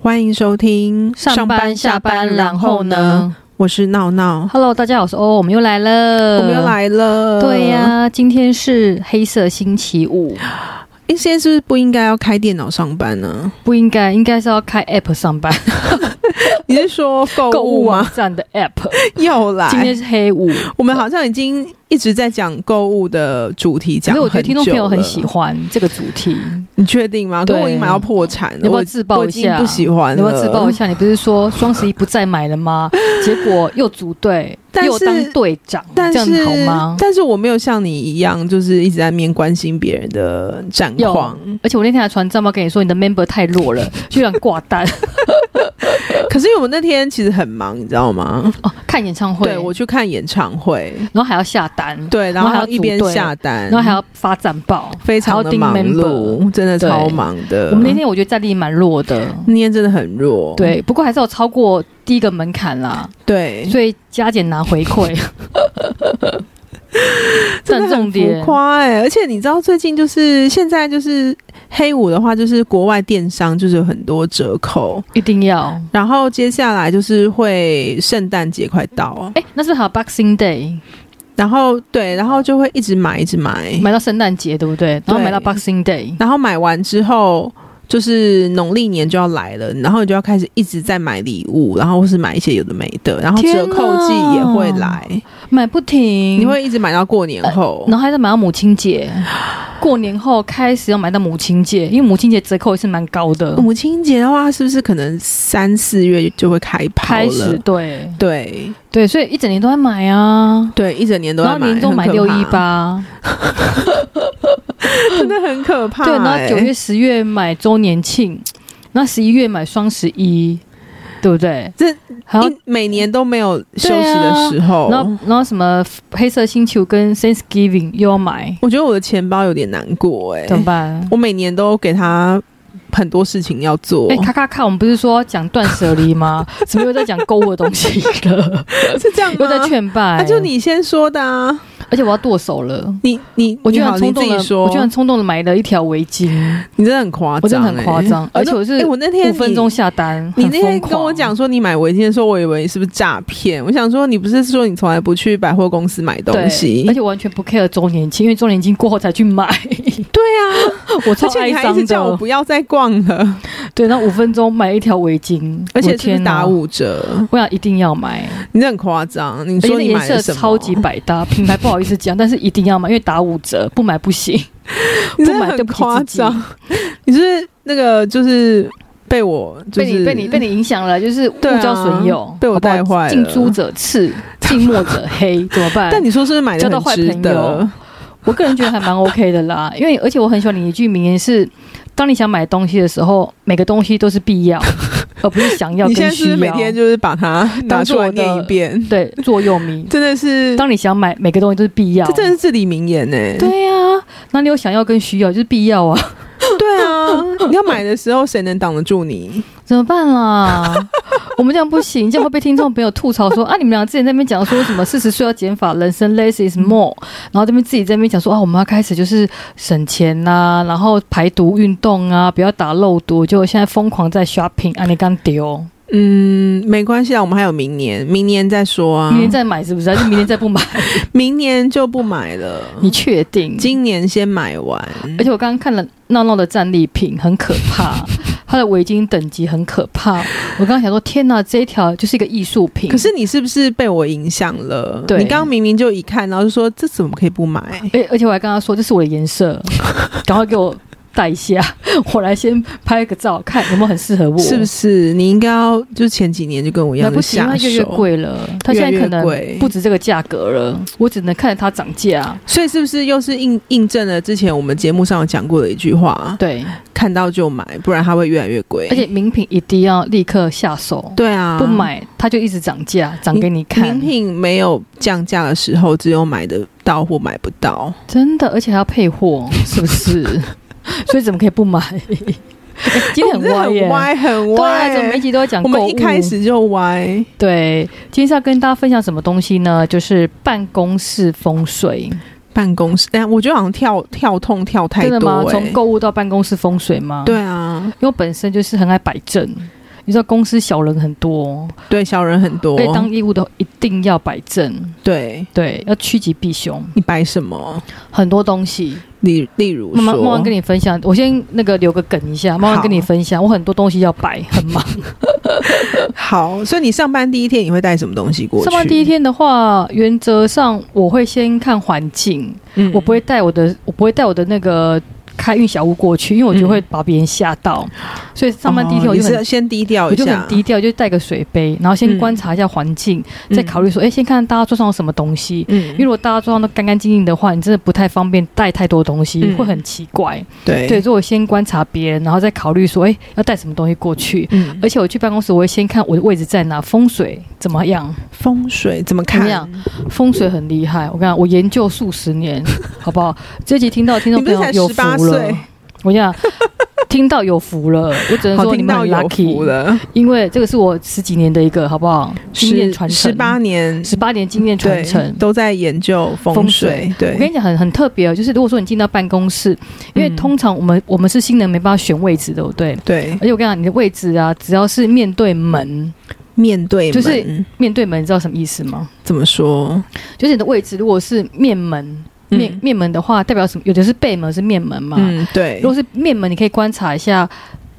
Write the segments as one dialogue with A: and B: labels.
A: 欢迎收听
B: 上班下班，然后？呢
A: 我是闹闹，
B: ？Hello，大家好，我是欧，我们又来了，
A: 我们又。来了。
B: 呃对呀、、今天是黑色星期五，
A: 诶现在是不是不应该要开电脑上班呢？
B: 不应该，应该是要开 App 上班，
A: 你是说 购
B: 购
A: 物
B: 物网
A: 吗？哎
B: 站的 App。
A: 又
B: 今
A: 来
B: 天，是黑五，
A: 我们好像已经一直在讲购物的主题，
B: 其
A: 讲
B: 实我觉得
A: 很
B: 听众
A: 久
B: 朋友很
A: 了
B: 喜欢这个主题，
A: 你确定吗？可
B: 对
A: 我已经买到破产了，
B: 要不
A: 我
B: 要自爆
A: 我
B: 一
A: 已经
B: 下？
A: 不喜欢
B: 你
A: 了，
B: 要不要自爆一下？你不是说双十一不再买 了吗？结果又组队，
A: 但
B: 又
A: 是
B: 当队长，
A: 但
B: 这样
A: 是
B: 好吗？
A: 但是我没有像你一样，就是一直在面关心别人的战
B: 有
A: 况。
B: 而且我那天还传账报跟你说，你的 member 太弱了，居然挂单
A: 可是因为我那天其实很忙，你知道吗？
B: 哦！看演唱会，
A: 对我去看演唱会，
B: 然后还要下单，
A: 对，然
B: 然后
A: 后
B: 还要
A: 一边
B: 组队
A: 下单，
B: 然后还要发战报，
A: 非常
B: 还要
A: 的
B: 订
A: 忙
B: member。
A: 碌，真的
B: 对
A: 超忙的。
B: 我们那天我觉得战力蛮弱的，
A: 那天真的很弱，
B: 对，不过还是有超过第一个门槛啦，
A: 对，
B: 所以加减拿回馈。
A: 真
B: 但
A: 的很
B: 重
A: 浮
B: 点，
A: 夸哎、而且你知道最近就是现在就是黑五的话，就是国外电商就是有很多折扣，
B: 一定要。
A: 然后接下来就是会圣诞节快到，啊
B: 哎，那是不是还有 Boxing Day，
A: 然后对，然后就会一直买一直买，
B: 买到圣诞节对不对？然后
A: 对
B: 买到 Boxing Day，
A: 然后买完之后。就是农历年就要来了，然后你就要开始一直在买礼物，然后或是买一些有的没的，然后折扣季
B: 天哪
A: 也会来，哦
B: 买不停，
A: 你会一直买到过年后。
B: 然后还在买到母亲节，过年后开始要买到母亲节，因为母亲节折扣也是蛮高的，
A: 母亲节的话，是不是可能三四月就会开跑
B: 开始
A: 了？
B: 对
A: 对
B: 对，所以一整年都在买啊。
A: 对，一整年都
B: 然
A: 在
B: 后
A: 买，
B: 年终买
A: 很
B: 六
A: 可怕
B: 一，八，
A: 真的很可怕、欸。
B: 对，然后九月、十月买周年庆，然后十一月买双十一，对不对？
A: 这
B: 还有
A: 一哦每年都没有休息
B: 对啊
A: 的时候。
B: 然后然后什么黑色星期五跟 Thanksgiving 又要买，
A: 我觉得我的钱包有点难过哎、
B: 怎么办？
A: 我每年都给他很多事情要做，
B: 哎，咔咔咔！我们不是说讲断舍离 吗？怎么又在讲购物的东西了？
A: 是这样吗？
B: 又在劝败？
A: 啊啊，就，你先说的啊，
B: 而且我要剁手了。
A: 你你
B: 我居
A: 你
B: 然
A: 好，
B: 冲
A: 你自
B: 动
A: 己
B: 了，
A: 说，
B: 我居然冲动了买了一条围巾，
A: 你真的很夸张、欸，
B: 我真的很夸张而且我是
A: 哎 我那天
B: 五分
A: 你
B: 钟下单，
A: 你
B: 很
A: 那天
B: 疯
A: 跟我
B: 狂
A: 讲说你买围巾的时候，我以为你是不是诈骗？我想说你不是说你从来不去百货公司买东
B: 对
A: 西
B: 而？且我完全不 care 周年庆，因为周年庆过后才 去买，
A: 对啊，
B: 我
A: 而
B: 超
A: 且
B: 哀
A: 你还一直
B: 伤
A: 叫我
B: 的。
A: 不要再逛了，
B: 对，那五分钟买一条围巾，
A: 而
B: 我
A: 且是
B: 的
A: 不
B: 天
A: 是
B: 哪
A: 打，五折，
B: 我想一定要买，
A: 你这很夸张。你
B: 而且
A: 说
B: 那
A: 你
B: 颜
A: 买
B: 色
A: 了什么？
B: 超 级百搭，品牌不好意思讲，但是一定要买，因为打五折，不买不行。
A: 你真
B: 不
A: 的
B: 买对
A: 很
B: 不起
A: 夸
B: 自己
A: 张。 你是不是那个就是被我 就是
B: 被你被你被你影响了，就是
A: 对啊
B: 误交损友，
A: 被我
B: 好不好
A: 带坏了
B: 近朱者 赤，近墨者黑，怎么办？
A: 但你说是不是买
B: 交
A: 的
B: 到
A: 很
B: 坏
A: 值
B: 朋
A: 得
B: 友？我个人觉得还蛮 OK 的啦， 因为而且我很喜欢你一句名言是：当你想买东西的时候，每个东西都是必 要，而不是想要
A: 你
B: 跟
A: 现在
B: 需
A: 是不是
B: 要。
A: 每天就是把它拿
B: 当
A: 出
B: 做
A: 来
B: 我的
A: 念一 遍？
B: 对座右铭，
A: 真的是，
B: 当你想买每个东西都是必要
A: 这。真的是至理名言呢、
B: 对啊，那你有想要跟需要就是必要 啊，
A: 对啊，你要买的时候谁能挡得住你？
B: 怎么办啦？我们这样不行，这样会被听众朋友吐槽说啊，你们俩之前在那边讲说什么四十岁要减法，人生 less is more，然后这边自己在那边讲说啊，我们要开始就是省钱呐、然后排毒运动啊，不要打肉毒，结果现在疯狂在 shopping，啊，你刚丢，
A: 嗯，没关系啊，我们还有明年，明年再说啊。
B: 明天再买是不是？还是明天再 不买？
A: 明年就不买了，
B: 你确定？
A: 今年先买完。
B: 而且我刚刚看了闹闹的战利品，很可怕，它的围巾等级很可怕。我刚刚想说，天哪，这一条就是一个艺术品。
A: 可是你是不是被我影响了？
B: 对
A: 你刚刚明明就一看，然后就说这怎么可以不买？
B: 而而且我还跟他说，这是我的颜 色，赶快给我带一下，我来先拍个照，看有没有很适合我，
A: 是不？是？你应该要就是前几年就跟我一
B: 来
A: 样
B: 不
A: 的
B: 及，因
A: 下
B: 为
A: 手，
B: 越越贵了，它现在可
A: 越越
B: 能
A: 贵
B: 不止这个价格了，我只能看着它涨价。
A: 所以是不是又是印印证了之前我们节目上有讲过的一句话：
B: 对，
A: 看到就买，不然它会越来越贵。
B: 而且名品一定要立刻下手，
A: 对啊，
B: 不买它就一直涨价，涨给你看
A: 名。品没有降价的时候，只有买得到或买不到。
B: 真的，而且还要配 货，是不是？所以怎么可以不买？今天很歪耶，
A: 哦很歪，很
B: 对
A: 歪
B: 啊，
A: 欸。
B: 怎么每集都要讲
A: 我
B: 购
A: 们
B: 物？
A: 一开始就歪，
B: 对，今天是要跟大家分享什么东西呢？就是办公室风水，
A: 办公室，哎但我觉得好像跳跳痛跳太
B: 真
A: 多、
B: 的
A: 欸，
B: 吗？从购物到办公室风水吗？
A: 对，啊，
B: 因为我本身就是很爱摆正，你知道公司小人很多，
A: 对，小人很多
B: 所，以当义务的一定要摆正，
A: 对
B: 对，要趋吉避凶，
A: 你摆什么？
B: 很多东西。
A: 例例如
B: 慢慢
A: 说，
B: 慢慢跟你分享，我先那个留个梗一下，慢慢
A: 好
B: 跟你分享。我很多东西要摆，很忙。
A: 好，所以你上班第一天你会带什么东西过去？
B: 上班第一，天的话，原则上我会先看环境，
A: 嗯
B: 我不会带我的，我不会带我的那个开运小屋过去，因为我就会把别人吓到。所以上班第一天
A: 嗯哦
B: 我
A: 你
B: 就很
A: 是先低调
B: 我
A: 一
B: 就
A: 下啊
B: 很，低调，就带个水杯，然后先观察一下环境，
A: 嗯
B: 再考虑说，哎、先看大家桌上有什么东西。
A: 嗯
B: 因为如果大家桌上都干干净净的话，你真的不太方便带太多东西，
A: 嗯
B: 会很奇怪。
A: 对
B: 对，，所以我先观察别人，然后再考虑说，哎、要带什么东西过去。
A: 嗯，
B: 而且我去办公室，我会先看我的位置在哪，风水怎么样？
A: 风水怎么看
B: 怎么？样风水很厉害，我跟你讲，我研究数 十年，好不好？这集听到听众
A: 你
B: 朋
A: 不是
B: 友
A: 才
B: 有福
A: 18
B: 了
A: 岁，
B: 我跟你讲，听到有福了，我只能
A: 好，
B: 说你
A: 听
B: 们
A: 到
B: 很
A: 有福
B: lucky。
A: 了，
B: 因为这个是我十几年的一个好不好经验传承，
A: 十八年
B: 十八年经验传
A: 对
B: 承。
A: 都在研究
B: 风
A: 风水，
B: 我跟
A: 对，
B: 你讲很很特别哦，就是如果说你进到办公室，因为
A: 嗯
B: 通常我们、我们是新人没办法选位置的，对不对？
A: 对，
B: 而且我跟你讲，你的位置啊，只要是面对门，
A: 面对门
B: 就是面对门，你知道什么意思吗？
A: 怎么说？
B: 就是你的位置如果是面门，面、面门的话，代表什么？有的是背门，是面门嘛。
A: 嗯嗯，嗯对
B: 如，果是面门，你可以观察一下，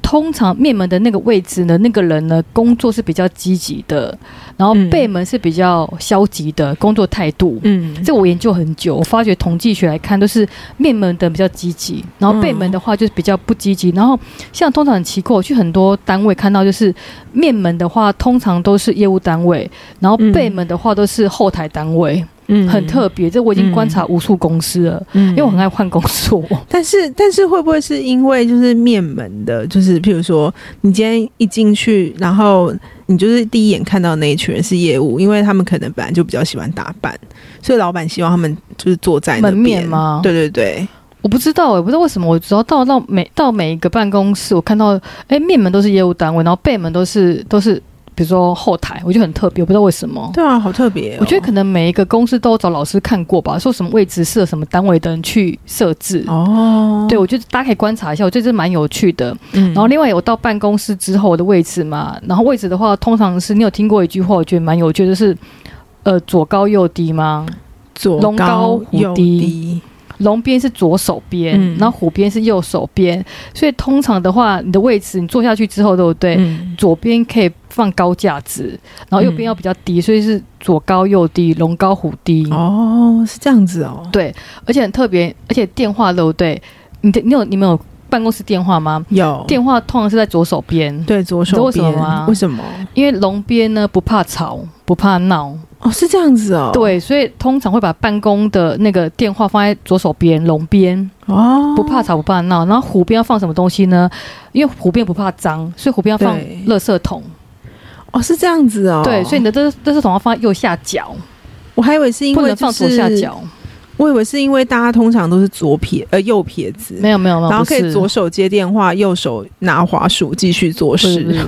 B: 通常面门的那个位置呢，那个人呢工作是比较积极的，然后
A: 嗯
B: 背门是比较消极的工作态度。
A: 嗯，
B: 这我研究很久，我发觉统计学来看都是面门的比较积极，然
A: 嗯
B: 后背门的话就是比较不积极。然后像通常很奇怪，我去很多单位看到，就是面门的话通常都是业务单位，然后
A: 嗯
B: 背门的话都是后台单位，
A: 嗯
B: 很特，别。这我已经观察无数公司了，
A: 嗯
B: 因为我很爱换工作。
A: 但是，但是会不会是因为就是面门的，就是譬如说，你今天一进去，然后你就是第一眼看到那一群人是业务，因为他们可能本来就比较喜欢打扮，所以老板希望他们就是坐在那边
B: 门面吗
A: 对对对，
B: 我不知道哎、我不知道为什么，我只要到到每到每一个办公室，我看到哎、面门都是业务单位，然后背门都是都是比如说后台，我就很特别，我不知道为什么。
A: 对啊，好特别哦、
B: 我觉得可能每一个公司都有找老师看过吧，说什么位置适合什么单位的人去设置。
A: 哦，
B: 对，我觉得大家可以观察一下，我觉得这蛮有趣的。
A: 嗯，
B: 然后另外，我到办公室之后我的位置嘛，然后位置的话，通常是你有听过一句话，我觉得蛮有趣的，就是呃左高右低吗？
A: 左
B: 龙高
A: 高
B: 虎
A: 右
B: 低
A: 低，
B: 龙边是左手边，
A: 嗯
B: 然后虎边是右手边，所以通常的话，你的位置你坐下去之后，对不对？
A: 嗯
B: 左边可以放高架子，然后右边要比较低，所以是左高右低，龙高虎低。
A: 嗯哦，是这样子哦，
B: 对，而且很特别，而且电话对不对？你的你有你们有办公室电话吗？
A: 有
B: 电话通常是在左手边，
A: 哦对左手
B: 你
A: 边，
B: 知道为什么吗
A: 为什么？
B: 因为龙边呢不怕吵，不怕闹，
A: 哦，是这样子哦，，
B: 对，所以通常会把办公的那个电话放在左手边，龙边
A: 哦，
B: 不怕吵不怕闹，然后湖边要放什么东西呢？因为湖边不怕脏，所以湖边要放
A: 对
B: 垃圾桶，
A: 哦，是这样子哦，
B: 对，所以你的垃垃圾桶要放在右下角，
A: 我还以为是因
B: 不
A: 为
B: 能
A: 就
B: 放左
A: 是
B: 下角。
A: 我以为是因为大家通常都是左撇呃右撇子，
B: 没有没有没有，
A: 然后
B: 不
A: 可以
B: 是
A: 左手接电话，右手拿滑鼠继续做
B: 不是不
A: 事。
B: 是。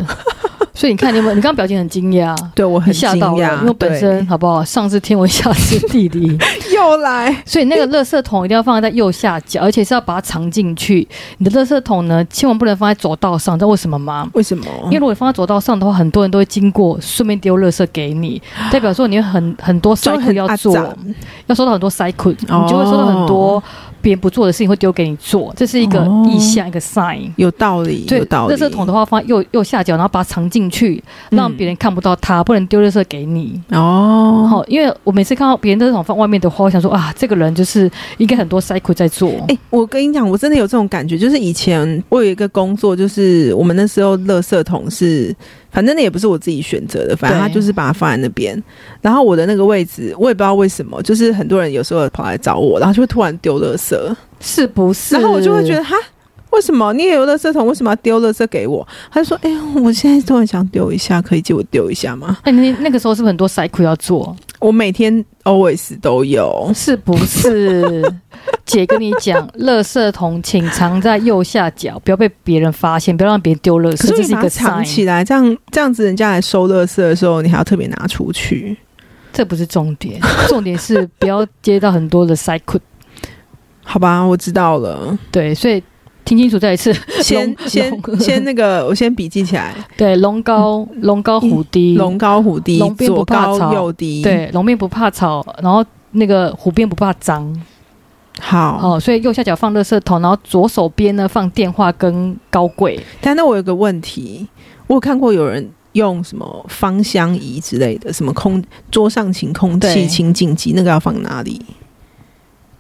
B: 所以你看，你有没有？你刚刚表情很惊讶，
A: 对我 很惊
B: 吓到了，
A: 讶，
B: 因为我本身好不好？上知天文，下知地 理，
A: 对又来，
B: 所以那个垃圾桶一定要放在右下角，而且是要把它藏进去。你的垃圾桶呢，千万不能放在走道上，你知道为什么吗？
A: 为什么？
B: 因为如果你放在走道上的话，很多人都会经过，顺便丢垃圾给你，代表说你有很很多
A: 啊就
B: cycle
A: 很
B: 要
A: 阿
B: 做，
A: 杂
B: 要收到很多 cycle，
A: 哦
B: 你就会收到很多别人不做的事情会丢给你做，这是一个
A: 哦
B: 意向，一个 sign。
A: 有道理，
B: 对，
A: 有道理。
B: 垃圾桶的话放在右右下角，然后把它藏进去，让
A: 嗯
B: 别人看不到它，不能丢垃圾给你。
A: 哦，
B: 好、因为我每次看到别人垃圾桶放外面的话，我想说啊，这个人就是应该很多 cycle 在做。
A: 哎、我跟你讲，我真的有这种感觉，就是以前我有一个工作，就是我们那时候垃圾桶是，反正那也不是我自己选择的，反正
B: 对
A: 他就是把它放在那边。然后我的那个位置，我也不知道为什么，就是很多人有时候跑来找我，然后就会突然丢垃圾，
B: 是不是？
A: 然后我就会觉得哈。为什么你也有垃圾桶？为什么要丢垃圾给我？他就说：“哎、 我现在突然想丢一下，可以借我丢一下吗
B: 哎，你那个时候是不是很多 cycle 要做？？”
A: 我每天 always 都有，
B: 是不 是？姐跟你讲，垃圾桶请藏在右下角，不要被别人发现，不要让别人丢垃圾
A: 可，
B: 这
A: 是你
B: 是一
A: 把它
B: 个
A: 藏
B: sign，
A: 起来，这样这样子，人家来收垃圾的时候，你还要特别拿出去。
B: 这不是重点，重点是不要接到很多的 cycle。
A: 好吧，我知道了。
B: 对，所以听清楚再一次，
A: 先
B: 龙
A: 先
B: 龙
A: 先那个，我先笔记起来，
B: 对龙高龙高虎低，
A: 嗯龙高虎低
B: 嗯龙，并不
A: 左
B: 怕
A: 高
B: 草
A: 右低，，
B: 对龙面不怕草，然后那个虎边不怕脏
A: 好。
B: 哦，所以右下角放垃圾桶，然后左手边呢放电话跟高柜，
A: 但那我有个问题，我有看过有人用什么芳香仪之类的，什么空桌上型空气
B: 对
A: 清净机，那个要放哪里？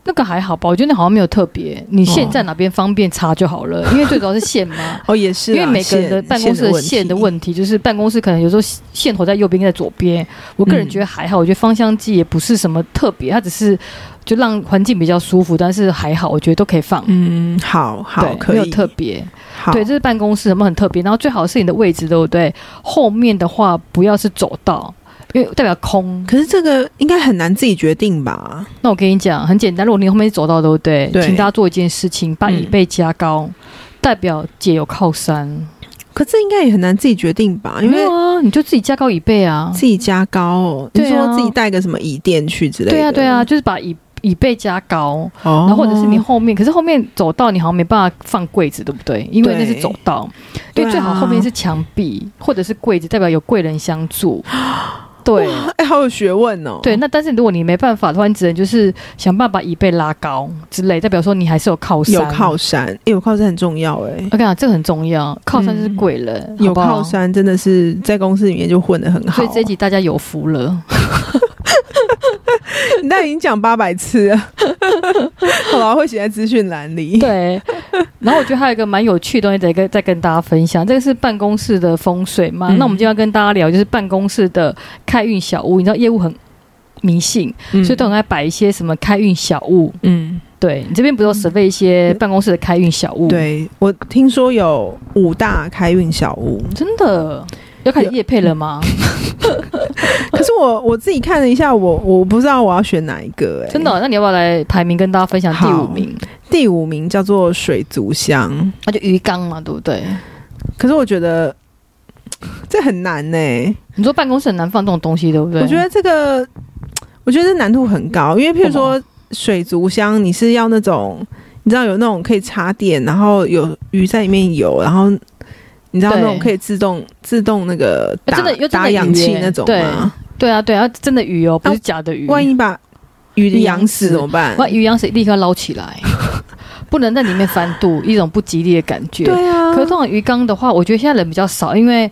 B: 那个还好吧，我觉得那好像没有特别，你线在哪边方便查就好了，因为最主要是线嘛。
A: 哦，也是
B: 因
A: 啦，
B: 为每个人的
A: 线
B: 办公室的线的
A: 题
B: 问题，就是办公室可能有时候线头在右边，跟在左边。我个人
A: 嗯
B: 觉得还好，我觉得芳香剂也不是什么特别，它只是就让环境比较舒服，但是还好，我觉得都可以放。
A: 嗯，好好，
B: 对，
A: 可
B: 没有
A: 以，
B: 特别。
A: 好，
B: 对，这是办公室，什么很特别。然后最好是你的位置，对不对？后面的话不要是走道，因为代表空。
A: 可是这个应该很难自己决定吧？
B: 那我跟你讲，很简单，如果你后面是走道，对不对？
A: 对
B: 请大家做一件事情，把
A: 嗯
B: 椅背加高，代表姐有靠山。
A: 可这应该也很难自己决定吧？因
B: 没
A: 为
B: 有啊，你就自己加高椅背啊。
A: 自己加高哦，你
B: 对啊
A: 说自己带个什么椅垫去之类的？
B: 对啊，对啊，，就是把椅椅背加高，
A: 哦
B: 然后或者是你后面，可是后面走道你好像没办法放柜子，对不对？因为那是
A: 对
B: 走道，
A: 对
B: 因为最好
A: 啊
B: 后面是墙壁或者是柜子，代表有贵人相 助。对
A: 哎，好有学问哦。
B: 对，那但是如果你没办法的话，你只能就是想办法把椅背拉高之类，代表说你还是有靠山。
A: 有靠山，哎，有靠山很重要哎。
B: 我跟你讲，这个很重要，靠山就是贵人，
A: 嗯有
B: 呃好不好
A: 靠。山真的是在公司里面就混得很好
B: 所以，这一集大家有福了。
A: 那已经讲八百次了， 好吧，会写在资讯栏里。
B: 对，然后我觉得还有一个蛮有趣的东西，得跟再跟大家分享。这个是办公室的风水嘛？
A: 嗯
B: 那我们今天要跟大家聊，就是办公室的开运小屋。你知道业务很迷信，
A: 嗯，
B: 所以都很爱摆一些什么开运小物。
A: 嗯，
B: 对你这边不是有准备一些办公室的开运小物？，
A: 对我听说有五大开运小 屋，
B: 真的要开始夜配了吗？
A: 可是我我自己看了一下，我我不知道我要选哪一个、哎，
B: 真的哦、那你要不要来排名跟大家分享第五
A: 好
B: 名？
A: 第五名叫做水族箱，
B: 那就鱼缸嘛，对不对？
A: 可是我觉得这很难呢、
B: 你说办公室很难放这种东西，对不对？
A: 我觉得这个我觉得这难度很高，因为譬如说水族箱，你是要那种你知道有那种可以插电，然后有鱼在里面游，然后。你知道
B: 对哎
A: 那种可以自动自动那个打、
B: 真的有真的
A: 打氧
B: 鱼
A: 气
B: 耶
A: 那种
B: 对
A: 吗？
B: 对啊，对啊，真的鱼哦，不是假的鱼。
A: 万一把鱼
B: 鱼
A: 养
B: 养
A: 死
B: 死
A: 怎么办？
B: 把鱼羊水立刻捞 起来，不能在里面翻肚，一种不吉利的感觉。
A: 对啊，
B: 可是通常鱼缸的话，我觉得现在人比较少，因为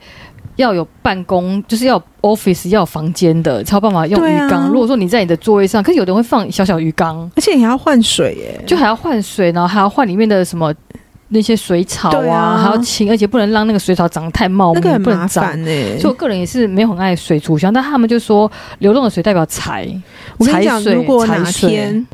B: 要有办公，就是要有 office 要有房间的，才有办法用
A: 对
B: 鱼
A: 啊
B: 缸。如果说你在你的座位上，可是有的人会放小小鱼缸，
A: 而且你还要换水耶、
B: 就还要换水，然后还要换里面的什么。那些水草
A: 对
B: 啊，
A: 啊
B: 还要清，而且不能让那个水草长得太茂密，
A: 那个很
B: 哦不
A: 麻
B: 能脏。
A: 烦呢、欸。
B: 所以我个人也是没有很爱水族箱，但他们就说流动的水代表财，
A: 我跟你讲，
B: 财水
A: 如果
B: 财
A: 哪
B: 水
A: 天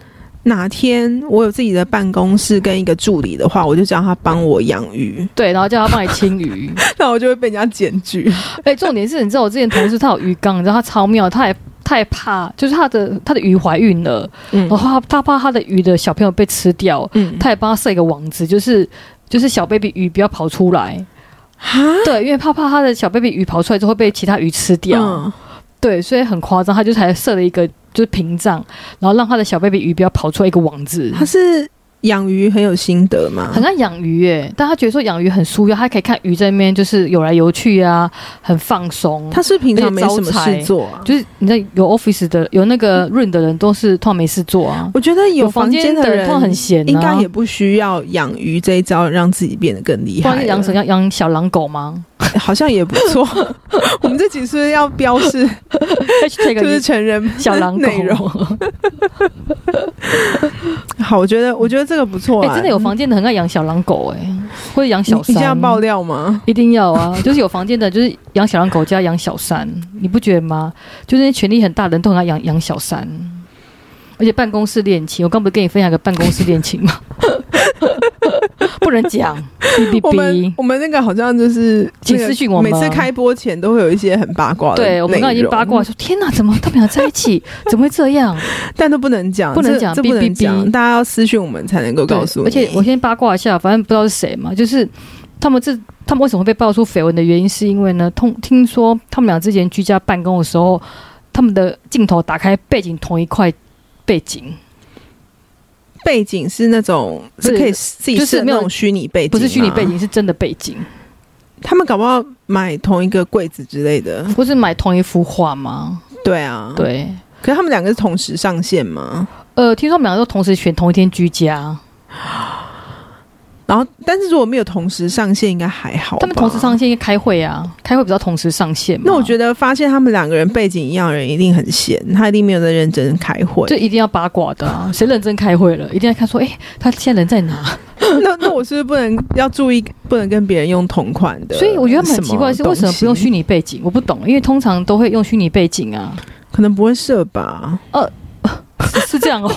A: 哪天我有自己的办公室跟一个助理的话，我就叫他帮我养鱼，
B: 对，然后叫他帮你清鱼。
A: 那我就会被人家检举。
B: 哎、重点是，你知道我之前同事他有鱼缸，你知道他超妙，他也他也怕，就是他的他的鱼怀孕了，
A: 嗯
B: 然后他他怕他的鱼的小朋友被吃掉，
A: 嗯，
B: 他也帮他设一个网子，就是就是小 baby 鱼不要跑出
A: 嗯
B: 来，
A: 哈，
B: 对，因为怕怕他的小 baby 鱼跑出来之后会被其他鱼吃掉，
A: 嗯
B: 对，所以很夸张，他就才设了一个就是屏障，然后让他的小 baby 鱼不要跑出来一个网子。
A: 他是养鱼很有心得嘛？
B: 很爱养鱼耶、但他觉得说养鱼很舒压，他可以看鱼在那边就是游来游去啊，很放松。
A: 他是平常没什么
B: 而且招财
A: 事做啊。
B: 就是你知道有 office 的有那个 r 的人都是通常没事做啊，
A: 我觉得有
B: 房
A: 房间
B: 的
A: 人
B: 通常很闲、啊，
A: 应该也不需要养鱼这一招，让自己变得更厉
B: 不
A: 害
B: 然养什
A: 了。
B: 么养养小狼 狗吗
A: 好像也不 错。我们这几是不是要标示
B: ？#hashtag
A: 就是成人
B: 小狼狗
A: 内容。好，我觉得我觉得这个不错
B: 哎、
A: 啊。
B: 真的有房间的很爱养小狼狗哎、或者养
A: 你
B: 小
A: 你现在
B: 三。
A: 爆料吗？
B: 一定要啊！ 就是有房间的，就是养小狼狗加养小三，你不觉得吗？就是那些权力很大的人都很爱养养小三，而且办公室恋情，我刚不是跟你分享一个办公室恋情 吗？不能讲，哔
A: 我
B: 哔
A: 们
B: 哔。
A: 我们那个好像就是，
B: 请私讯我们
A: 每次开播前都会有一些很八卦的，
B: 对，我们刚刚已经八卦，说，天哪，怎么他们俩在一 起？怎么会这样？
A: 但都不能讲，
B: 不能
A: 这
B: 讲
A: 这不
B: 哔哔
A: 能
B: 哔
A: 讲，大家要私讯我们才能够
B: 对
A: 告诉你。
B: 而且我先八卦一下，反正不知道是谁嘛，就是他们这他们为什么会被爆出绯闻的原因，是因为呢，通听说他们俩之前居家办公的时候，他们的镜头打开背景同一块背景，
A: 背景是那种是
B: 是
A: 可以自己
B: 就是
A: 设
B: 没
A: 那
B: 有
A: 种虚拟背景，啊
B: 不是虚拟背，景，是真的背景，
A: 他们搞不好买同一个柜子之类 的。
B: 不是买同一幅画吗？
A: 对啊，。
B: 对，
A: 可是他们两个是同时上线吗？
B: 呃，听说我们两个都同时选同一天居家，
A: 然后，但是如果没有同时上线，应该还好。
B: 他们同时上，线开会啊，开会比较同时上线嘛。
A: 那我觉得发现他们两个人背景一样的人一定很闲，他一定没有在认真开会
B: 就。一定要八卦的、啊，谁认真开会了，一定要看说，哎、他现在人在哪？
A: 那那我是不是不能要注意，不能跟别人用同款的？
B: 所以我觉得蛮奇怪的是，为什么不用虚
A: 拟？
B: 拟背景？我不懂，因为通常都会用虚拟背景啊，
A: 可能不会设吧？
B: 是是这样哦。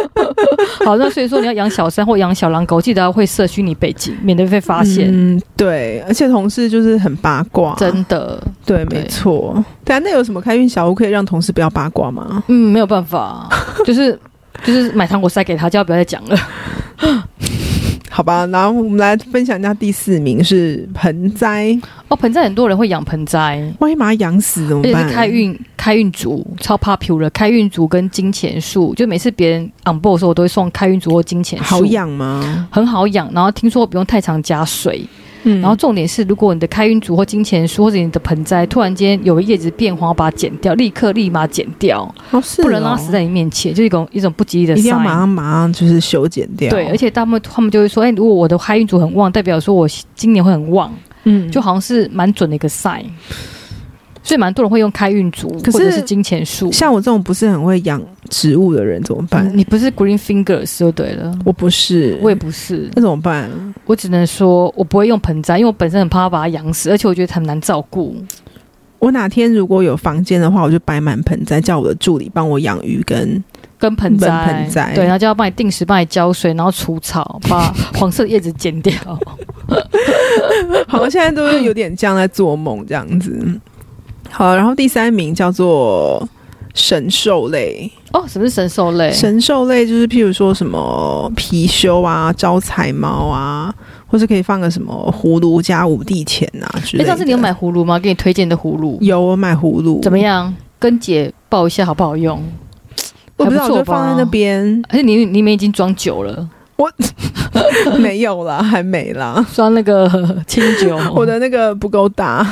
B: 好，那所以说你要养小三或养小狼狗，记得要会设虚拟背景，免得被发现。
A: 嗯，对，而且同事就是很八卦，
B: 真的，
A: 对，
B: 对
A: 没错。对啊，那有什么开运小屋可以让同事不要八卦吗？
B: 嗯，没有办法，就是就是买糖果塞给他，叫他不要再讲了。
A: 好吧，然后我们来分享一下第四名是盆栽，
B: 哦，盆栽很多人会养盆栽，
A: 万一把它养死怎么
B: 而且
A: 办？
B: 是开运开运竹超 popular，开运竹跟金钱树，就每次别人 on board 的时候，我都会送开运竹或金钱树，
A: 好，养吗？
B: 很好养。然后听说不用太常加水，
A: 嗯
B: 然后重点是，如果你的开运竹或金钱树或者你的盆栽突然间有叶子变黄，把它剪掉，立刻立马剪掉，
A: 哦是
B: 不能让
A: 哦
B: 它死在你面前，就是一种一种不吉利的
A: 一定要马
B: sign。
A: 上马上就是修剪掉。
B: 对，而且他们他们就会说，哎、如果我的开运竹很旺，代表说我今年会很旺，
A: 嗯
B: 就好像是蛮准的一个 sign。所以蛮多人会用开运竹
A: 可
B: 或者
A: 是
B: 是金钱树，
A: 像我这种不是很会养植物的人怎么办？
B: 嗯你不是 Green Fingers 就对了，
A: 我不是，
B: 我也不是，
A: 那怎么办？
B: 我只能说我不会用盆栽，因为我本身很怕把它养死，而且我觉得很难照顾。
A: 我哪天如果有房间的话，我就摆满盆栽，叫我的助理帮我养鱼跟
B: 跟盆栽，
A: 跟盆栽
B: 对，然后就要帮你定时帮你浇水，然后除草，把黄色的叶子 剪掉。
A: 好，像现在都有点像在做梦这样子。好，然后第三名叫做神兽类，
B: 哦，什么是神兽类？
A: 神兽类就是譬如说什么貔貅啊、招财猫啊，或是可以放个什么葫芦加五帝钱啊之类的。
B: 那
A: 嗯
B: 上次你有买葫芦吗？给你推荐的葫芦
A: 有我买葫芦，
B: 怎么？样？跟姐报一下好不好用？
A: 我不知道，
B: 还
A: 我
B: 不
A: 就
B: 错吧
A: 放在那 边，
B: 而且你你们已经装酒了，
A: 没有啦，还没啦。
B: 装那个 清酒。
A: 我的那个不够大，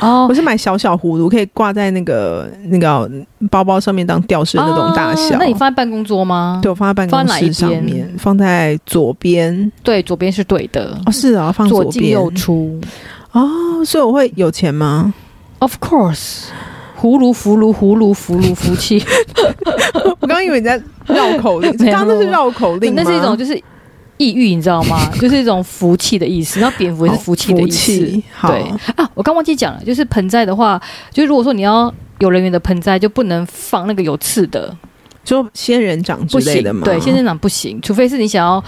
B: 哦
A: 我，是买小小葫芦，可以挂在那个那个包包上面当吊饰那种大小。
B: 啊那你放在办公桌吗？
A: 对我放在办
B: 放
A: 公
B: 哪一
A: 室上
B: 边
A: 面，嗯放在左边。
B: 对，左边是对的，
A: 哦，是啊，放
B: 左进
A: 边。
B: 右出。
A: 哦，所以我会有钱吗？
B: Of course，葫芦葫芦葫芦葫芦福 气，
A: 我刚刚以为你在绕口 令，
B: 没有
A: 刚刚那是绕口令吗，
B: 那是一种就是抑郁，你知道 吗？就是一种福气的意思。然后蝙蝠也是福气的
A: 哦
B: 意
A: 福
B: 思。
A: 气好，
B: 对啊，我刚忘记讲了，就是盆栽的话，就是如果说你要有人员的盆栽，就不能放那个有刺的，
A: 就仙人掌之
B: 不
A: 类
B: 行
A: 的。嘛。
B: 对，仙人掌不行，除非是你想要。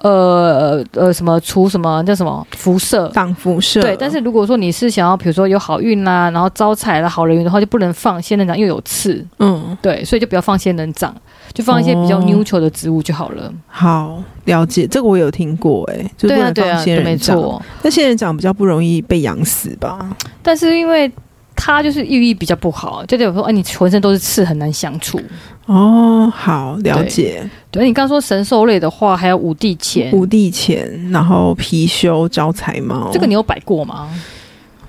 B: 呃呃，什么除什么叫什么辐射？
A: 挡辐射。
B: 对，但是如果说你是想要，比如说有好运啦、然后招财啦、好人缘的话，就不能放仙人掌，因为有刺。
A: 嗯，
B: 对，所以就不要放仙人掌，就放一些比较
A: 哦
B: neutral 的植物就好了。
A: 好了解，这个我有听过，哎，就是
B: 对
A: 不
B: 啊，
A: 能
B: 对啊，
A: 放
B: 对
A: 仙
B: 没
A: 人掌。
B: 错。
A: 那仙人掌比较不容易被养死吧？
B: 但是因为它就是寓意比较不好，就代表说，哎，你浑身都是刺，很难相处。
A: 哦，好了解。
B: 对，你刚刚说神兽类的话，还有五帝钱，
A: 五帝钱，然后貔貅、招财猫，
B: 这个你有摆过吗？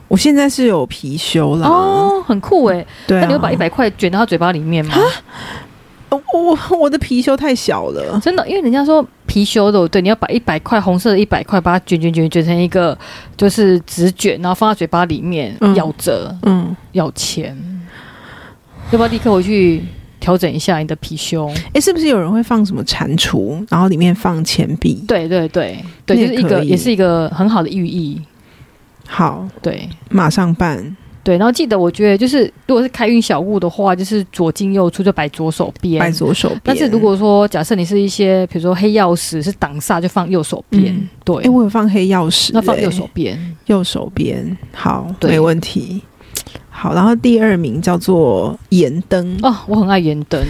A: 我现在是有貔貅啦。
B: 哦，很酷哎、
A: 对啊，
B: 那你有把一百块卷到他嘴巴里面吗？
A: 哦我我我的貔貅太小了，
B: 真的，因为人家说貔貅的，对，你要把一百块红色的一百块，把它卷卷卷卷成一个就是纸卷，然后放在嘴巴里面、
A: 嗯
B: 咬着
A: 嗯，
B: 咬钱，要不要立刻回去调整一下你的貔貅？
A: 哎，是不是有人会放什么蟾蜍，然后里面放钱币？
B: 对对对对，
A: 那也
B: 就是一
A: 可
B: 个
A: 以
B: 也是一个很好的寓意，
A: 好，
B: 对。
A: 马上办。
B: 对，然后记得，我觉得就是，如果是开运小物的话，就是左进右出，就摆左手边。
A: 摆左手边。
B: 但是如果说假设你是一些，比如说黑曜石是挡煞，就放右手边。
A: 嗯
B: 对
A: 哎、，我有放黑曜石、
B: 那放右
A: 诶
B: 手，边。
A: 右手边，好，
B: 对
A: 没问题。好，然后第二名叫做盐灯，
B: 哦，我很爱圆灯，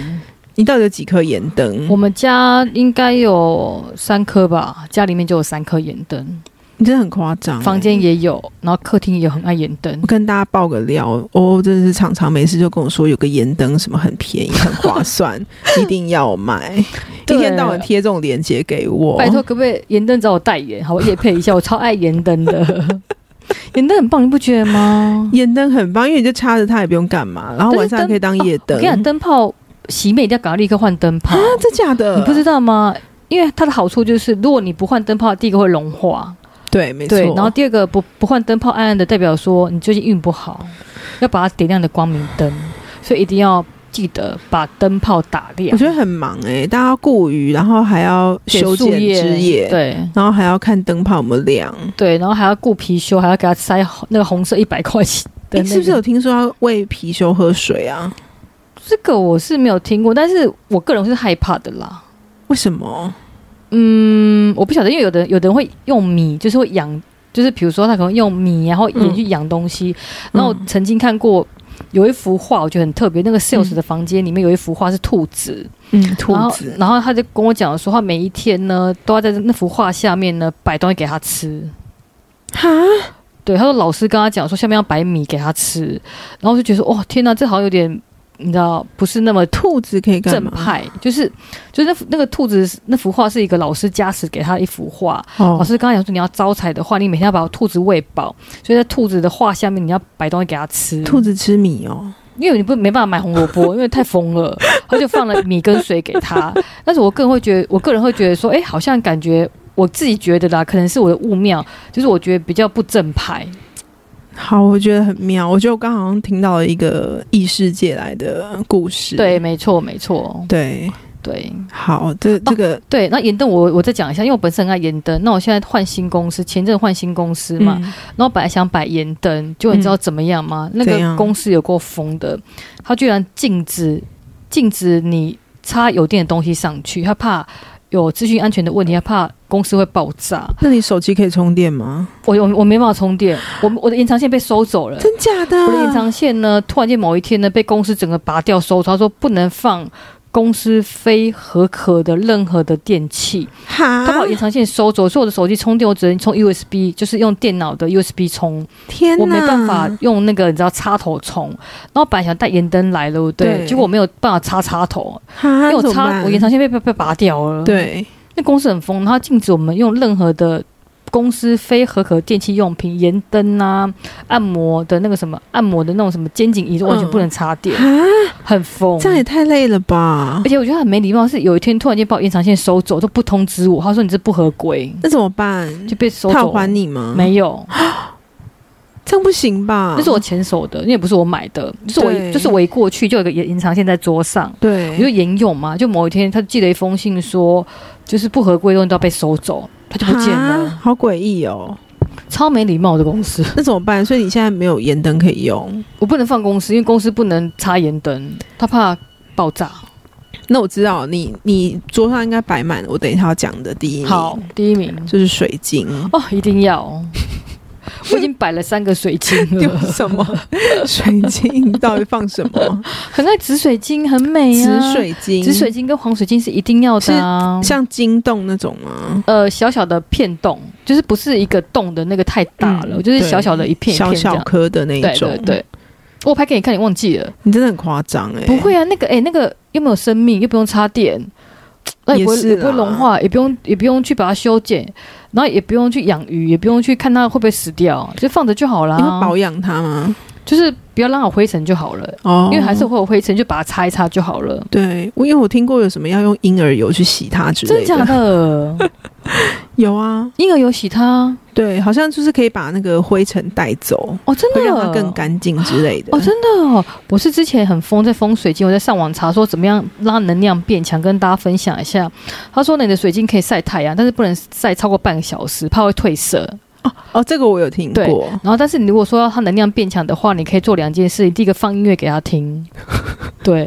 A: 你到底有几颗盐灯
B: 我？们家应该有三颗吧，家里面就有三颗圆灯。
A: 你真的很夸张、
B: 房。间也有，然后客厅也很爱盐灯
A: 我。跟大家爆个料，哦，真的是常常没事就跟我说有个盐灯什么很便宜、很划 算，一定要买。一
B: 对
A: 天到晚贴这种链接给我，
B: 拜托，可不可以盐灯找我代言？好，我也配一下，我超爱盐灯的。 盐灯很棒，你不觉得吗？
A: 盐灯很棒，因为你就插着它也不用干嘛，然后晚上还可以当夜
B: 我
A: 灯。
B: 跟你讲，灯哦泡洗面一定要赶快立刻换灯泡，
A: 啊，真假的？
B: 你不知道吗？因为它的好处就是，如果你不换灯泡，第一个会融化，
A: 对，没错
B: 对，。然后第二个不不换灯泡，暗暗的代表说你最近运不好，要把它点亮的光明灯，所以一定要记得把灯泡打亮。
A: 我觉得很忙哎、大家要顾鱼，然后还要
B: 点
A: 修
B: 树
A: 剪
B: 叶
A: 枝叶，，
B: 对。
A: 然后还要看灯泡有没有亮。
B: 对，然后还要顾貔貅，还要给它塞红那个红色一百块钱的、
A: 你
B: 那个
A: 是不是有听说要喂貔貅喝水啊？
B: 这个我是没有听过，但是我个人是害怕的啦。
A: 为什么？
B: 嗯，我不晓得，因为有的人有的人会用米，就是会养，就是比如说他可能用米，然后盐去养东西。然后我曾经看过有一幅画，我觉得很特别，那个 sales 的房间里面有一幅画是兔子，
A: 嗯，兔
B: 然后
A: 子，
B: 然后他就跟我讲说，他每一天呢都要在那幅画下面呢摆东西给他吃。
A: 哈，
B: 对，他说老师跟他讲说下面要摆米给他吃，然后我就觉得说，哇，天哪，这好像有点，你知道，不是那么
A: 兔子可以干
B: 正
A: 嘛？
B: 派，就是就是那幅那个兔子那幅画是一个老师加持给他的一幅画，老
A: 哦，
B: 师刚刚讲说你要招财的话，你每天要把兔子喂饱，所以在兔子的画下面你要摆东西给它吃，
A: 兔子吃米哦，
B: 因为你不没办法买红萝卜，因为太疯了，他就放了米跟水给他。但是我个人会觉得，我个人会觉得说，哎、好像感觉我自己觉得啦，可能是我的误妙，就是我觉得比较不正派。
A: 好，我觉得很妙。我觉得我刚好像听到了一个异世界来的故事。
B: 对，没错，没错，
A: 对，
B: 嗯对
A: 好，这这个、
B: 对。那盐灯我我再讲一下，因为我本身很爱盐灯，那我现在换新公司，前阵换新公司嘛，
A: 嗯
B: 然后本来想摆盐灯，就你知道怎么样吗？那
A: 怎
B: 个
A: 样
B: 公司有够疯的，他居然禁止禁止你插有电的东西上去，他怕有资讯安全的问题，他怕公司会爆炸。
A: 那你手机可以充电吗？
B: 我我我没办法充电，我我的延长线被收走了。
A: 真假的？
B: 呃
A: 啊
B: 我的延长线呢，突然间某一天呢，被公司整个拔掉收走，他说不能放公司非合格的任何的电器。
A: 哈，
B: 他把我延长线收走，所以我的手机充电我只能充 USB，就是用电脑的 USB 充。
A: 天哪，
B: 我没办法用那个你知道插头充，然后本来想带盐灯来了，对，
A: 对
B: 结果我没有办法插插头，因
A: 哈，
B: 为我
A: 怎么
B: 插
A: 办
B: 我延长线被被被拔掉了。，
A: 对，
B: 那公司很疯，他禁止我们用任何的公司非合格电器用品，盐灯啊、按摩的那个什么按摩的那种什么肩颈仪，完全不能插电，
A: 哈，
B: 很疯。
A: 这样也太累了吧
B: 而？且我觉得很没礼貌，是有一天突然间把我延长线收走，都不通知我，他说你这不合规，
A: 那怎么办？
B: 就被收
A: 他有
B: 走。
A: 还你吗？，
B: 没有，
A: 这样不行吧？
B: 那是我前手的，那也不是我买的，就是我
A: 对
B: 就是我一过去就有一个延延长线在桌上，
A: 对，
B: 我就沿用嘛，就某一天他寄了一封信说，就是不合规的东西都要被收走，他就不见
A: 哈
B: 了，
A: 好诡异哦。
B: 超没礼貌的公司，
A: 那怎么办？所以你现在没有盐灯可以用。
B: 我不能放公司，因为公司不能插盐灯，他怕爆炸。
A: 那我知道你，你桌上应该摆满我等一下要讲的第一名，
B: 好，第一名
A: 就是水 晶。
B: 哦，一定要，我已经摆了三个水 晶
A: 丢
B: 了，
A: 什么水晶？你到底放什 么？
B: 很爱紫水晶，很美啊，
A: 紫水晶，
B: 紫水晶跟黄水晶是一定要的、啊，
A: 像晶洞那种吗？
B: 呃小小的片洞，就是不是一个洞的那个太大了，
A: 嗯
B: 就是
A: 对
B: 小小的一片一
A: 小
B: 片这
A: 小
B: 样。
A: 颗的那一
B: 对
A: 种。
B: 对对，我拍给你看，你忘记了？
A: 你真的很夸张哎！
B: 不会啊，那个哎、那个又没有生命，又不用插电，那也不
A: 也
B: 会
A: 是
B: 也不会
A: 啦
B: 融化，也不用也不用去把它修剪，然后也不用去养鱼，也不用去看它会不会死掉，就放着就好
A: 你会
B: 啦。
A: 保养它吗？
B: 就是不要让它有灰尘就好了，
A: 哦
B: 因为还是会有灰尘，就把它擦一擦就好了。
A: 对，我因为我听过有什么要用婴儿油去洗它之
B: 真
A: 类
B: 的假的？
A: 有啊，
B: 婴儿有洗它
A: 对，好像就是可以把那个灰尘带走，
B: 哦，真的
A: 会让它更干净之类的。
B: 哦，真的哦！我是之前很疯在风水晶，我在上网查说怎么样让能量变强，跟大家分享一下。他说你的水晶可以晒太阳，但是不能晒超过半个小时，怕会褪色。
A: 哦，这个我有听
B: 对
A: 过，
B: 然后，但是你如果说要它能量变强的话，你可以做两件事：第一个放音乐给他听，对；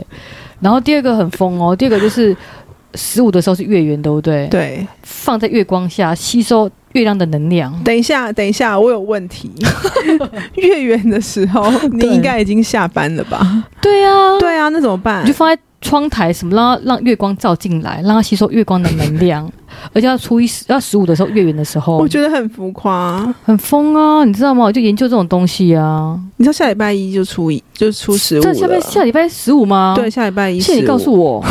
B: 然后第二个很疯哦，第二个就是十五的时候是月圆，对不对？，
A: 对。
B: 放在月光下吸收月亮的能量。
A: 等一下，等一下，我有问 题。月圆的时候，你
B: 对
A: 应该已经下班了 吧？
B: 对啊，
A: 对啊，那怎么办
B: 你就？放在窗台什么，让它让月光照进来，让它吸收月光的能量。而且要初一十要十五的时候，月圆的时候，
A: 我觉得很浮夸。
B: 很疯啊，你知道吗？我就研究这种东西啊。
A: 你知道下礼拜一就初一就初十五
B: 这
A: 了，
B: 下面下礼拜十五吗？
A: 对，，下礼拜一
B: 谢谢你
A: 15
B: 告诉我，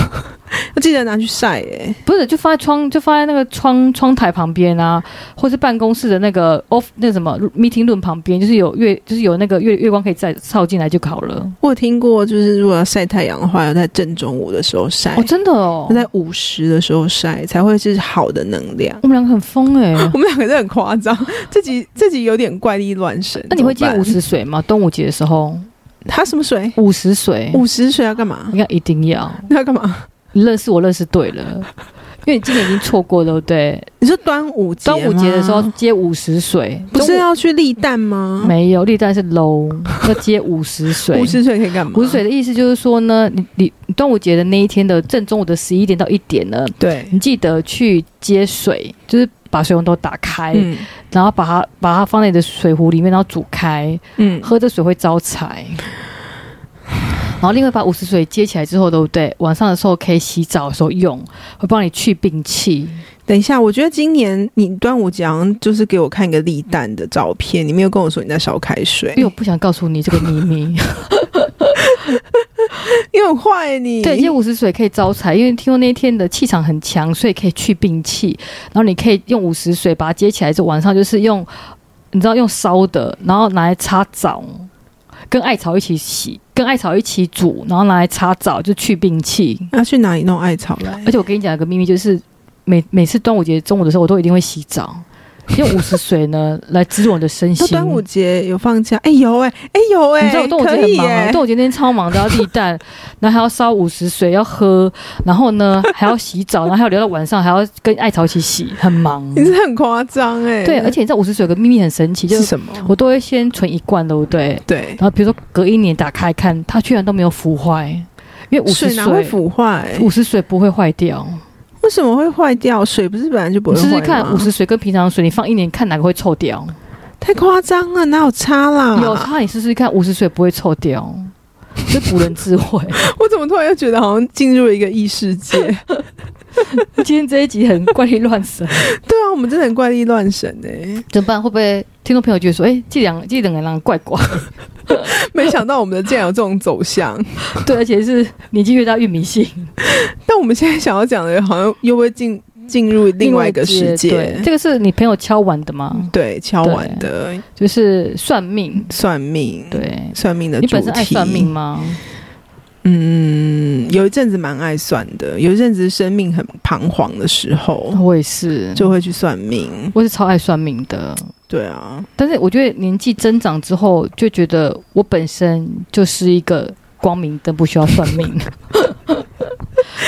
A: 要记得拿去晒哎、
B: 不是就放在窗，就放在那个窗窗台旁边啊，或是办公室的那个 off 那个什么 meeting room 旁边，就是有月，就是有那个月月光可以再照进来就好了。
A: 我有听过，就是如果要晒太阳的话，要在正中午的时候晒，
B: 哦，真的哦
A: 要，在午时的时候晒才会是好的能量。
B: 我们两个很疯哎、
A: 我们两个都很夸张，自己自己有点怪力乱神。
B: 那你会
A: 怎
B: 接
A: 么办
B: 五？十水吗？端午节的时候，
A: 他什么水？
B: 五十水
A: 五十水要干嘛
B: 应？该一定要。
A: 那要干嘛？
B: 你认识我认识对了， 因为你今年已经错过了，对不对？
A: 你说端午节吗？
B: 端午节的时候接五十水，
A: 不是啊
B: 中
A: 要去立蛋吗
B: 午？没有，历代是 low，要接五十水。
A: 五十水可以干嘛？
B: 补水的意思就是说呢，你你你端午节的那一天的正中午的十一点到一点呢，
A: 对，
B: 你记得去接水，就是把水龙头打开，
A: 嗯
B: 然后把它把它放在你的水壶里面，然后煮开，
A: 嗯，
B: 喝这水会招财。然后另外把五十水接起来之后，对不对？晚上的时候可以洗澡的时候用，会帮你去病气。
A: 等一下，我觉得今年你端午节好像就是给我看一个立蛋的照片，你没有跟我说你在烧开水，
B: 因为我不想告诉你这个秘密。
A: 你很坏你。
B: 对，接五十水可以招财，因为听说那一天的气场很强，所以可以去病气。然后你可以用五十水把它接起来，之后晚上就是用，你知道用烧的，然后拿来擦澡，跟艾草一起洗，跟艾草一起煮，然后拿来擦澡就去病气。
A: 要去哪里弄艾草来？
B: 而且我跟你讲一个秘密，就是每每次端午节中午的时候，我都一定会洗澡，用五十水呢来滋润我的身
A: 那
B: 心。
A: 端午节有放假？哎、有哎、哎、有哎、
B: 你知道我端午节
A: 可
B: 很
A: 以
B: 忙啊，
A: 耶、
B: 端午节那天超忙的，要立蛋，然后还要烧五十水，要喝，然后呢还要洗澡，然后还要留到晚上，还要跟艾草一起洗，很忙。
A: 你是很夸张哎。
B: 对，而且你知道五十水有个秘密很神奇，就是是
A: 什么？
B: 我都会先存一罐，对不对？
A: 对，
B: 然后比如说隔一年打开看，它居然都没有腐坏，因为五十
A: 水哪会
B: 水
A: 腐坏？
B: 五十水不会坏掉。
A: 为什么会坏掉？水不是本来就不
B: 你
A: 会坏
B: 试
A: 吗？
B: 试看，五十水跟平常水，你放一年看哪个会臭掉？
A: 太夸张了，哪有差啦？
B: 有，差你试试看，五十水不会臭掉，这古人智慧。
A: 我怎么突然又觉得好像进入了一个异世界？
B: 今天这一集很怪力乱神。
A: 对啊，我们真的很怪力乱神哎、
B: 怎么办？会不会听众朋友觉得说，哎、这两这两个人怪 怪？
A: 没想到我们的竟然有这种走向。
B: 对，而且是年纪越大越迷信，
A: 但我们现在想要讲的，好像又会进进入另外一个世界。嗯
B: 对，这个是你朋友敲碗的吗？
A: 对，敲完的
B: 就是算命，
A: 算命，
B: 对。
A: 算嗯命的
B: 你
A: 主
B: 本身爱
A: 题
B: 算命？吗？
A: 嗯，有一阵子蛮爱算的，有一阵子生命很彷徨的时候，
B: 我也是，
A: 哦就会去算命。
B: 我是超爱算命的。
A: 对啊，
B: 但是我觉得年纪增长之后，就觉得我本身就是一个光明灯，不需要算 命。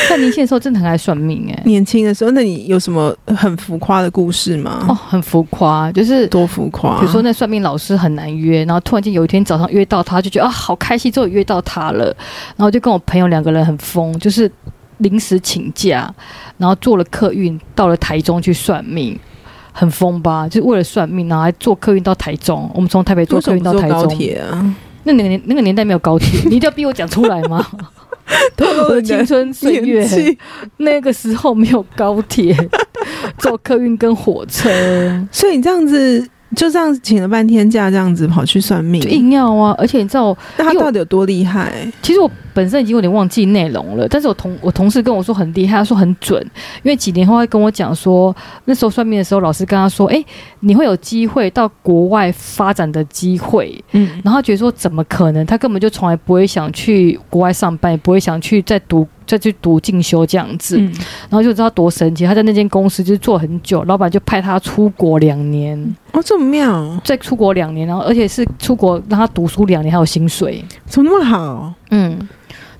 B: 但年轻的时候真的很爱算命、哎，
A: 年轻的时候，那你有什么很浮夸的故事吗？
B: 哦，很浮夸，就是
A: 多浮夸！
B: 比如说那算命老师很难约，然后突然间有一天早上约到他，就觉得啊好开心，终于约到他了。然后就跟我朋友两个人很疯，就是临时请假，然后坐了客运到了台中去算命，很疯吧？就是为了算命，然后还坐客运到台中。我们从台北坐
A: 为什
B: 客
A: 么
B: 运
A: 不
B: 到
A: 坐
B: 台
A: 高
B: 中，
A: 铁 啊？
B: 那那个年那个年代没 有高铁，你一定要逼我讲出来吗？
A: 透
B: 我
A: 露
B: 的
A: 你
B: 青
A: 的
B: 春岁月
A: 年，纪，
B: 那个时候没有高 铁，坐客运跟火车。
A: 所以你这样子就这样请了半天假，这样子跑去算
B: 就
A: 命，
B: 硬要啊！而且你知道，
A: 那他到底有多厉害？
B: 其实我本身已经有点忘记内容了，但是我同我同事跟我说很厉害，他说很准，因为几年后他跟我讲说，那时候算命的时候，老师跟他说，哎，你会有机会到国外发展的机会，
A: 嗯，
B: 然后他觉得说怎么可能？他根本就从来不会想去国外上班，也不会想去再读再去读进修这样子，
A: 嗯
B: 然后就知道多神奇。他在那间公司就是做很久，老板就派他出国两年，
A: 哦，这么妙，
B: 再出国两年，然后而且是出国让他读书两年，还有薪水。
A: 怎么那么好？
B: 嗯，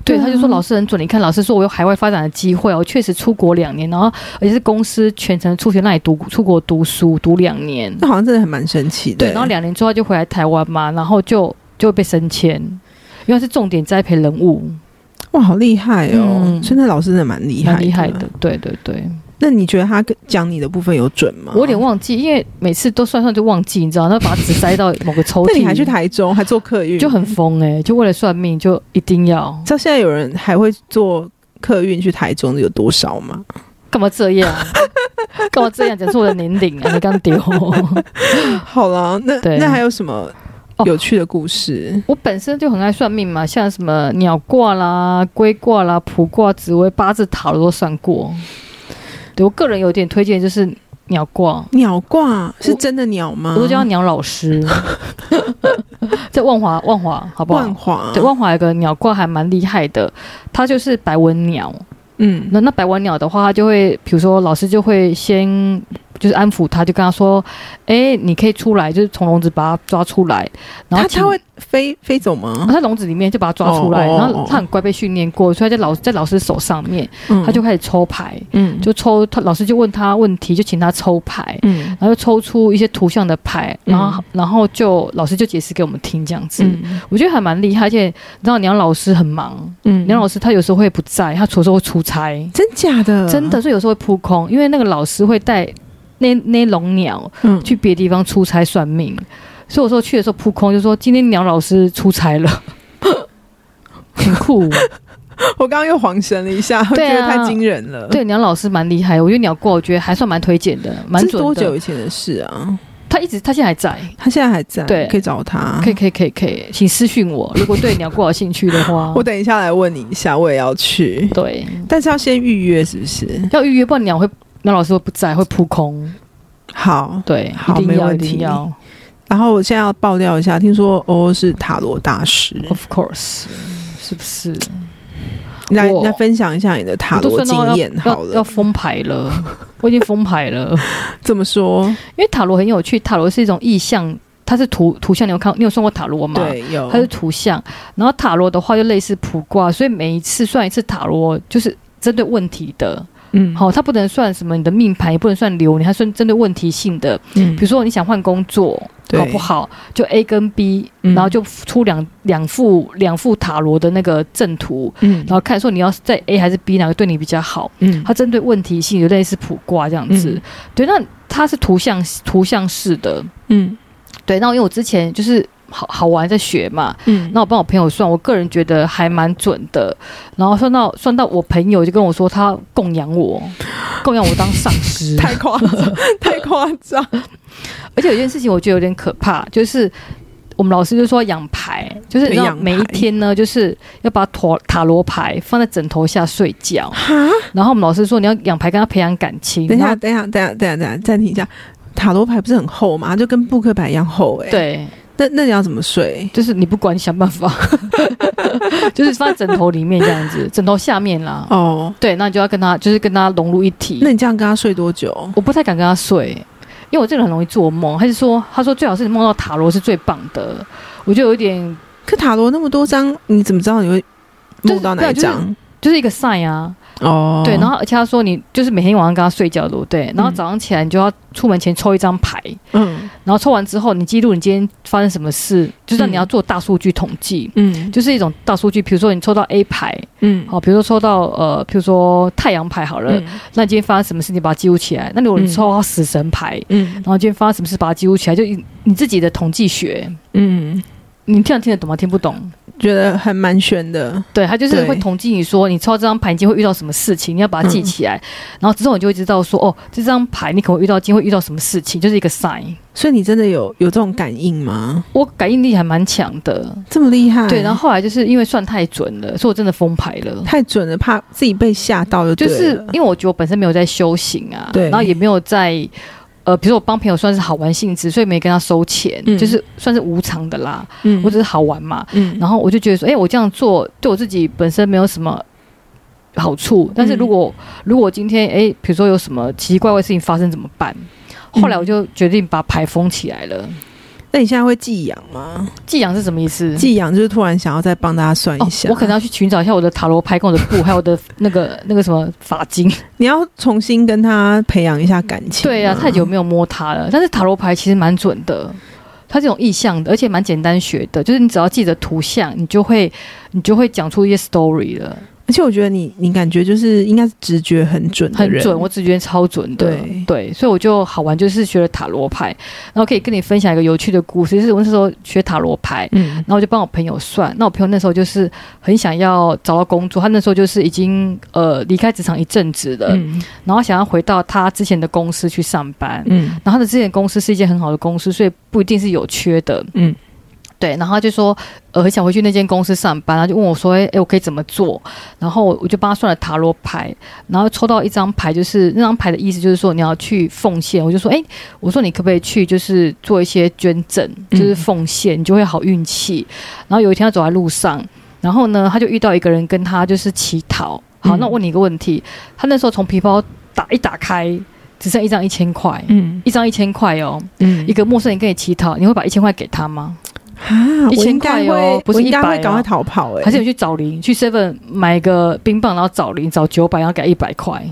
B: 对，
A: 对啊
B: 他就说老师很准，你看老师说我有海外发展的机会哦，我确实出国两年，然后而且是公司全程出钱让你读出国读书读两年，
A: 那好像真的很蛮神奇的。
B: 对，然后两年之后他就回来台湾嘛，然后就就被升迁，因为他是重点栽培人物，
A: 哇，好厉害哦！
B: 嗯
A: 所以那老师真的蛮厉害，
B: 蛮厉害的。，对对对，
A: 那你觉得他跟讲你的部分有准吗？
B: 我有点忘记，因为每次都算算就忘记，你知道，他把纸塞到某个抽
A: 那
B: 屉，
A: 你还去台中，还坐客运，
B: 就很疯哎、就为了算命就一定要
A: 知道现在有人还会坐客运去台中的有多少吗？
B: 干嘛这样？干嘛这样讲出我的年龄啊？你刚 丢。
A: 好了，那
B: 啊对
A: 那还有什么
B: 哦
A: 有趣的故事？
B: 我本身就很爱算命嘛，像什么鸟卦啦、龟卦啦、卜卦、紫微、八字、塔罗都算过。对我个人有点推荐，就是鸟卦，
A: 鸟卦是真的鸟吗？
B: 我都叫他鸟老师， 在万华，万华好不好？
A: 万华，
B: 对，万华有个鸟卦还蛮厉害的，它就是白文鸟。
A: 嗯，
B: 那那白文鸟的话，它就会，比如说老师就会先就是安抚它，就跟它说：“哎，你可以出来，就是从笼子把它抓出来。”然后
A: 它
B: 啊
A: 它
B: 请
A: 会飞飞走吗
B: 然？后在笼子里面就把它抓出来，
A: 哦哦哦
B: 然后它很乖，被训练过，所以它在老在老师手上面，
A: 嗯
B: 它就开始抽牌，
A: 嗯
B: 就抽他老师就问他问题，就请他抽牌，
A: 嗯
B: 然后就抽出一些图像的牌，
A: 嗯
B: 然后、然后就老师就解释给我们听这样子。
A: 嗯
B: 我觉得还蛮厉害，而且你知道梁老师很忙，
A: 嗯
B: 梁老师他有时候会不在，他有时候会出差，
A: 真假的
B: 真的，所以有时候会扑空，因为那个老师会带那那笼鸟
A: 嗯
B: 去别的地方出差算命，所以我说去的时候扑空，就说今天鸟老师出差了，很酷。
A: 我刚刚又恍神了一下，我
B: 对
A: 觉
B: 啊
A: 得太惊人了。，
B: 对，鸟老师蛮厉害，我觉得鸟过，我觉得还算蛮推荐的，蛮
A: 这是
B: 准的。
A: 多久以前的事啊？
B: 他一直他现在还在，
A: 他现在还在，
B: 对
A: 可以找他。。
B: 可以可以可以可以，请私讯我，如果对鸟过有兴趣的话
A: 我等一下来问你一下，我也要去，
B: 对，
A: 但是要先预约，是不是？
B: 要预约，不然鸟会鸟老师会不在，会扑空。
A: 好，
B: 对，
A: 好
B: 一定要
A: 没
B: 一
A: 问题
B: 定要
A: 然后我现在要爆料一下，听说欧欧是塔罗大师，
B: ，of course，是不是？
A: 你来
B: 我
A: 来分享一下你的塔
B: 我都
A: 罗
B: 算到
A: 经
B: 要
A: 验好
B: 要要
A: 了。
B: 封牌了， 我已经封牌了。
A: 怎么说？
B: 因为塔罗很有趣，塔罗是一种意象，它是图图像。你有看，你有算过塔罗吗？，
A: 对，有
B: 它是图像。然后塔罗的话就类似卜卦，所以每一次算一次塔罗就是针对问题的。
A: 嗯
B: 好、它不能算什么你的命盘，也不能算流年，它算针对问题性的。
A: 嗯
B: 比如说你想换工作，
A: 对
B: 搞不好就 A 跟 B，、
A: 嗯
B: 然后就出两两副两副塔罗的那个正图，
A: 嗯
B: 然后看说你要在 A 还是 B 哪个对你比较好。
A: 嗯
B: 它针对问题性，有类似卜卦这样子。
A: 嗯
B: 对，那它是图像图像式的。
A: 嗯
B: 对，那因为我之前就是好好玩在学嘛，
A: 嗯
B: 那我帮我朋友算，我个人觉得还蛮准的。然后算到算到我朋友就跟我说，他供养我，供养我当上师。
A: 太夸张， 太夸张。
B: 而且有件事情我觉得有点可怕，就是。我们老师就说养牌，就是你
A: 对
B: 知道
A: 养牌
B: 每一天呢，就是要把塔塔罗牌放在枕头下睡觉。
A: 哈，
B: 然后我们老师说你要养牌跟他培养感情。
A: 等一
B: 然
A: 下，
B: 后
A: 等一下，等一下，等一下，等一下，暂停一下。塔罗牌不是很厚吗？它就跟扑克牌一样厚哎、，
B: 对，
A: 那那你要怎么睡？
B: 就是你不管，你想 办法，就是放在枕头里面这样子，枕头下面啦。
A: 哦，
B: 对，那你就要跟他，就是跟他融入一体
A: 那。你这样跟他睡多久？
B: 我不太敢跟他睡，因为我这个人很容易做梦。他就说，他说最好是你梦到塔罗是最棒的，我就有点
A: 可塔罗那么多张，你怎么知道你会
B: 就是
A: 梦到哪一张？
B: 就是一个 sign 啊。
A: 啊哦，
B: 对，然后而且他说你就是每天晚上跟他睡觉，对不对？然后早上起来你就要出门前抽一张牌，
A: 嗯
B: 然后抽完之后你记录你今天发生什么事，就是你要做大数据统计。
A: 嗯
B: 就是一种大数据，比如说你抽到 A 牌，哦
A: 嗯
B: 好，比如说抽到呃，比如说太阳牌好了，那你今天发生什么事情把它记录起来？那如果你
A: 嗯
B: 抽到死神牌，
A: 嗯
B: 然后今天发生什么事把它记录起来，就你你自己的统计学，
A: 嗯，
B: 你这样听得懂吗？听不懂。
A: 觉得还蛮悬的。
B: 对，他就是
A: 对
B: 会统计你说你抽到这张牌，你今天会遇到什么事情，你要把它记起
A: 嗯
B: 来，然后之后你就会知道说哦，这张牌你可能会遇到今天会遇到什么事情，就是一个 sign。
A: 所以你真的有有这种感应吗？
B: 我感应力还蛮强的，
A: 这么厉害？
B: 对。然后后来就是因为算太准了，所以我真的封牌了。
A: 太准了，怕自己被吓到就
B: 就
A: 对了
B: 是因为我觉得我本身没有在修行啊，
A: 对
B: 然后也没有在呃，比如说我帮朋友算是好玩性质，所以没跟他收钱，
A: 嗯
B: 就是算是无偿的啦，
A: 嗯
B: 我只是好玩嘛。
A: 嗯
B: 然后我就觉得说，哎、我这样做对我自己本身没有什么。好处，但是如果、如果今天哎，诶比如说有什么奇奇怪怪的事情发生怎么办？后来我就决定把牌封起来了。
A: 那你现在会寄养吗？
B: 寄养是什么意思？
A: 寄养就是突然想要再帮大家算
B: 嗯哦
A: 一下，，
B: 我可能要去寻找一下我的塔罗牌、跟我的布， 还有我的那个那个什么法经。
A: 你要重新跟他培养一下感情。
B: 对啊，太久。没有摸它了。但是塔罗牌其实蛮准的，它这种意象的，而且蛮简单学的，就是你只要记得图像，你就会你就会讲出一些 story 了。
A: 而且我觉得你你感觉就是应该是直觉很准的
B: 很
A: 人，
B: 准，我直觉超准的。
A: 对
B: 所以我就好玩，就是学了塔罗牌，然后可以跟你分享一个有趣的故事。就是我那时候学塔罗牌，
A: 嗯
B: 然后我就帮我朋友算。那我朋友那时候就是很想要找到工作，他那时候就是已经呃离开职场一阵子了，
A: 嗯
B: 然后想要回到他之前的公司去上班。
A: 嗯
B: 然后他的之前公司是一间很好的公司，所以不一定是有缺的。
A: 嗯，
B: 对。然后他就说，呃，很想回去那间公司上班，然后就问我说，哎、诶我可以怎么做？然后我就帮他算了塔罗牌，然后抽到一张牌，就是那张牌的意思就是说你要去奉献。我就说，哎、我说你可不可以去就是做一些捐赠，
A: 嗯
B: 就是奉献，你就会好运气。然后有一天他走在路上，然后呢，他就遇到一个人跟他就是乞讨。好，
A: 嗯
B: 那我问你一个问题，他那时候从皮包打一打开，只剩一张一千块。
A: 嗯
B: 一张一千块哦，
A: 嗯
B: 一个陌生人跟你乞讨，你会把一千块给他吗？
A: 啊，
B: 一
A: 我
B: 千
A: 应该会，
B: 块哦不是
A: 我应该
B: 100
A: 会
B: 哦
A: 赶快逃跑哎、
B: 还是你去找零，去 Seven 买个冰棒，然后找零找九百，然后给一百块。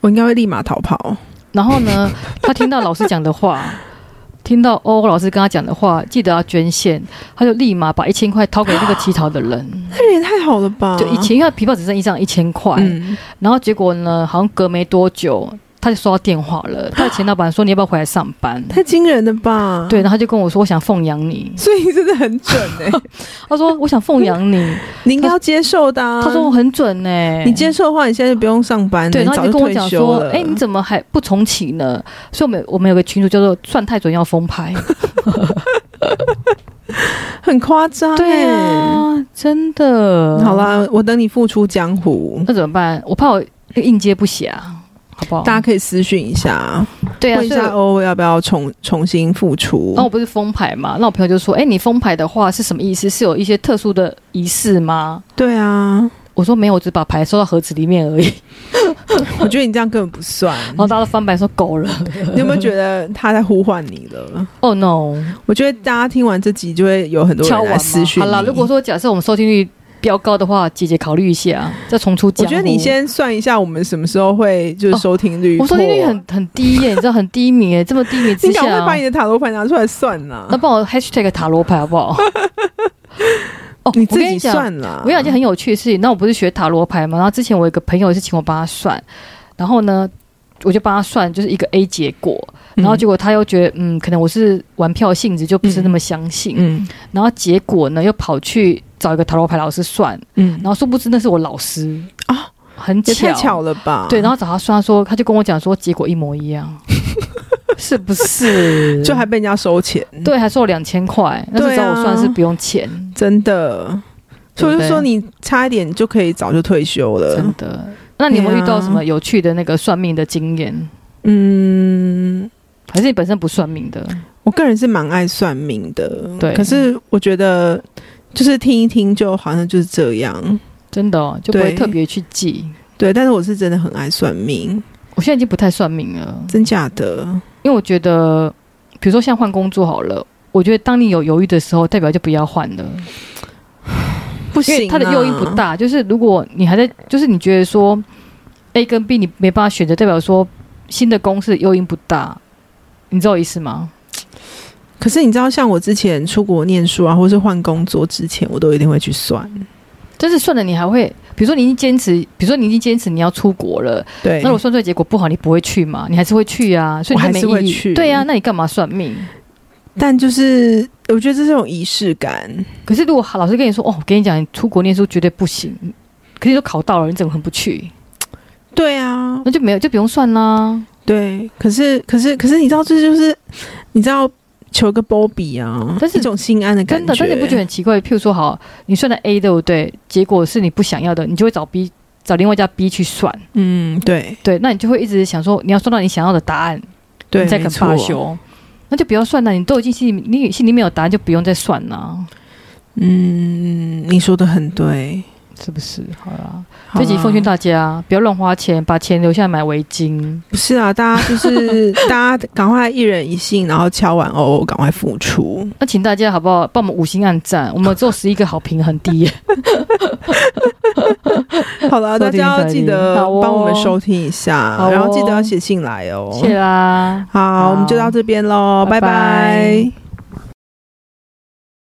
A: 我应该会立马逃跑。
B: 然后 呢，他听到老师讲的话，听到欧老师跟他讲的话，记得要捐献，他就立马把一千块掏给那个乞讨的人，
A: 那人也太好了吧？
B: 就以前因为皮包只剩一张一千块，
A: 啊嗯，
B: 然后结果呢，好像隔没多久。他就收到电话 了，他的前老板说你要不要回来上班？
A: 太惊人了吧？
B: 对，，然后他就跟我说我想奉养你，
A: 所以你真的很准 哎、
B: 他说我想奉养 你，
A: 你应该要接受的、啊。
B: 他说我很准呢、
A: 你接受的话，你现在就不用上班了，
B: 哎对，
A: 你
B: 然后
A: 早
B: 就
A: 就
B: 跟我
A: 退
B: 讲
A: 休
B: 说
A: 了。：“
B: 哎、你怎么还不重启呢？”所以我们我们有个群主叫做“算太准要封
A: 哎
B: 牌
A: 很夸”，张、欸。欸
B: 对啊，真的。
A: 好，啦，我等你复出江湖，
B: 那怎么办？我怕我应接不暇，啊好不好？
A: 大家可以私讯一下，
B: 哦对啊，
A: 问一
B: 所以
A: 下哦
B: 我。哦
A: 欧要不要重重新复出。
B: 那我不是封牌嘛？那我朋友就说：“哎、你封牌的话是什么意思？是有一些特殊的仪式吗
A: 对啊，？”
B: 我说：“没有，我只把牌收到盒子里面而已。 ”
A: 我觉得你这样根本不算。
B: 然后大家都翻白说：“狗了
A: 你有没有觉得他在呼唤你了？
B: ！”Oh no！
A: 我觉得大家听完这集就会有很多
B: 敲
A: 人
B: 完
A: 来私
B: 吗？
A: 讯
B: 好
A: 你。
B: 啦，如果说假设我们收听率飙高的话，姐姐考虑一下，再重出江
A: 我
B: 湖。
A: 觉得你先算一下，我们什么时候会就是收听率、
B: 我哦收听率很，很低耶，你知道很低迷耶，这么低迷之啊哦
A: 你赶快
B: 下哦
A: 把，你的塔罗牌拿出来算啦、
B: 那帮我 hashtag 塔罗牌好 不好？哦，
A: 你
B: 我
A: 自
B: 跟
A: 己
B: 你讲，
A: 算啊啦。
B: 我跟你讲一件很有趣的事情。那我不是学塔罗牌嘛，然后之前我有一个朋友是请我帮他算，然后呢，我就帮他算，就是一个 A 结果，
A: 嗯
B: 然后结果他又觉得，嗯，可能我是玩票性质，就不是那么相信，
A: 嗯
B: 然后结果呢又跑去找一个塔罗牌老师算，
A: 嗯，
B: 然后殊不知那是我老师
A: 啊，
B: 很
A: 也太巧了吧？
B: 对，然
A: 后
B: 后找他算，他说他就跟我讲说结果一模一 样，是不是？
A: 就还被人家收钱，
B: 对，还收我两千块，那
A: 对
B: 时候
A: 啊
B: 我算是不用钱，
A: 真的。所以我就说你差一点就可以早就退休了
B: 真。的。那你有没有
A: 对
B: 遇
A: 啊
B: 到什么有趣的那个算命的经验？
A: 嗯，
B: 还是你本身不算命的？
A: 我个人是蛮爱算命的，
B: 对
A: 可是我觉得就是听一听，就好像就是这样。
B: 真的、哦、就不会
A: 对
B: 特别去记。
A: 对，但是我是真的很爱算命，
B: 我现在已经不太算命了，
A: 真假的。
B: 因为我觉得，比如说像换工作好了，我觉得当你有犹豫的时候，代表就不要换了。
A: 不
B: 因
A: 行、
B: 为
A: 啊，
B: 它的诱因不。大。就是如果你还在，就是你觉得说 A 跟 B 你没办法选择，代表说新的公司的诱因不大，你知道我意思吗？
A: 可是你知道，像我之前出国念书啊，或是换工作之前，我都一定会去算。
B: 但是算了，你还会，比如说你已经坚持，比如说你已经坚持你要出国了，
A: 对，
B: 那如果算出来结果不好，你不会去嘛？你还是会去啊，所以
A: 我
B: 你
A: 还
B: 没
A: 是会
B: 意义
A: 去
B: 对呀、那你干嘛算命？
A: 但就是我觉得这是一种仪式感。
B: 可是如果老师跟你说，哦，我跟你讲，你出国念书绝对不行，可是你都考到了，你怎么可能不去？
A: 对啊，
B: 那就没有，就不用算啦。
A: 对。可是，可是，可是，你知道，这就是你知道求个波比啊，
B: 但是
A: 一种心安的感
B: 真
A: 觉。
B: 的，但是你不觉得很奇怪？譬如说，好，你算的 A 对不对？结果是你不想要的，你就会找 B，找另外一家 B 去算。
A: 嗯，对
B: 对，那你就会一直想说，你要算到你想要的答案，
A: 对，
B: 你才肯
A: 没错
B: 罢。休。那就不要算了，你都已经心里你心里面有答案，就不用再算了，
A: 嗯，你说的很对。
B: 是不是？好啦，
A: 好
B: 嗯这
A: 啦
B: 集奉劝大家不要乱花钱，把钱留下来买围巾。
A: 不是啊，大家就是 大家赶快一人一信，然后敲完哦，赶快付出。
B: 那请大家好不好帮我们五星按赞？我们只有十一个好评，很低耶。
A: 好了，
B: 收
A: 大
B: 听
A: 家要记得
B: 好哦
A: 帮我们收听一下，
B: 好哦
A: 然后记得要写信来哦。
B: 谢啦。
A: 好，我们就
B: 好
A: 到这边喽，
B: 拜
A: 拜
B: 拜
A: 拜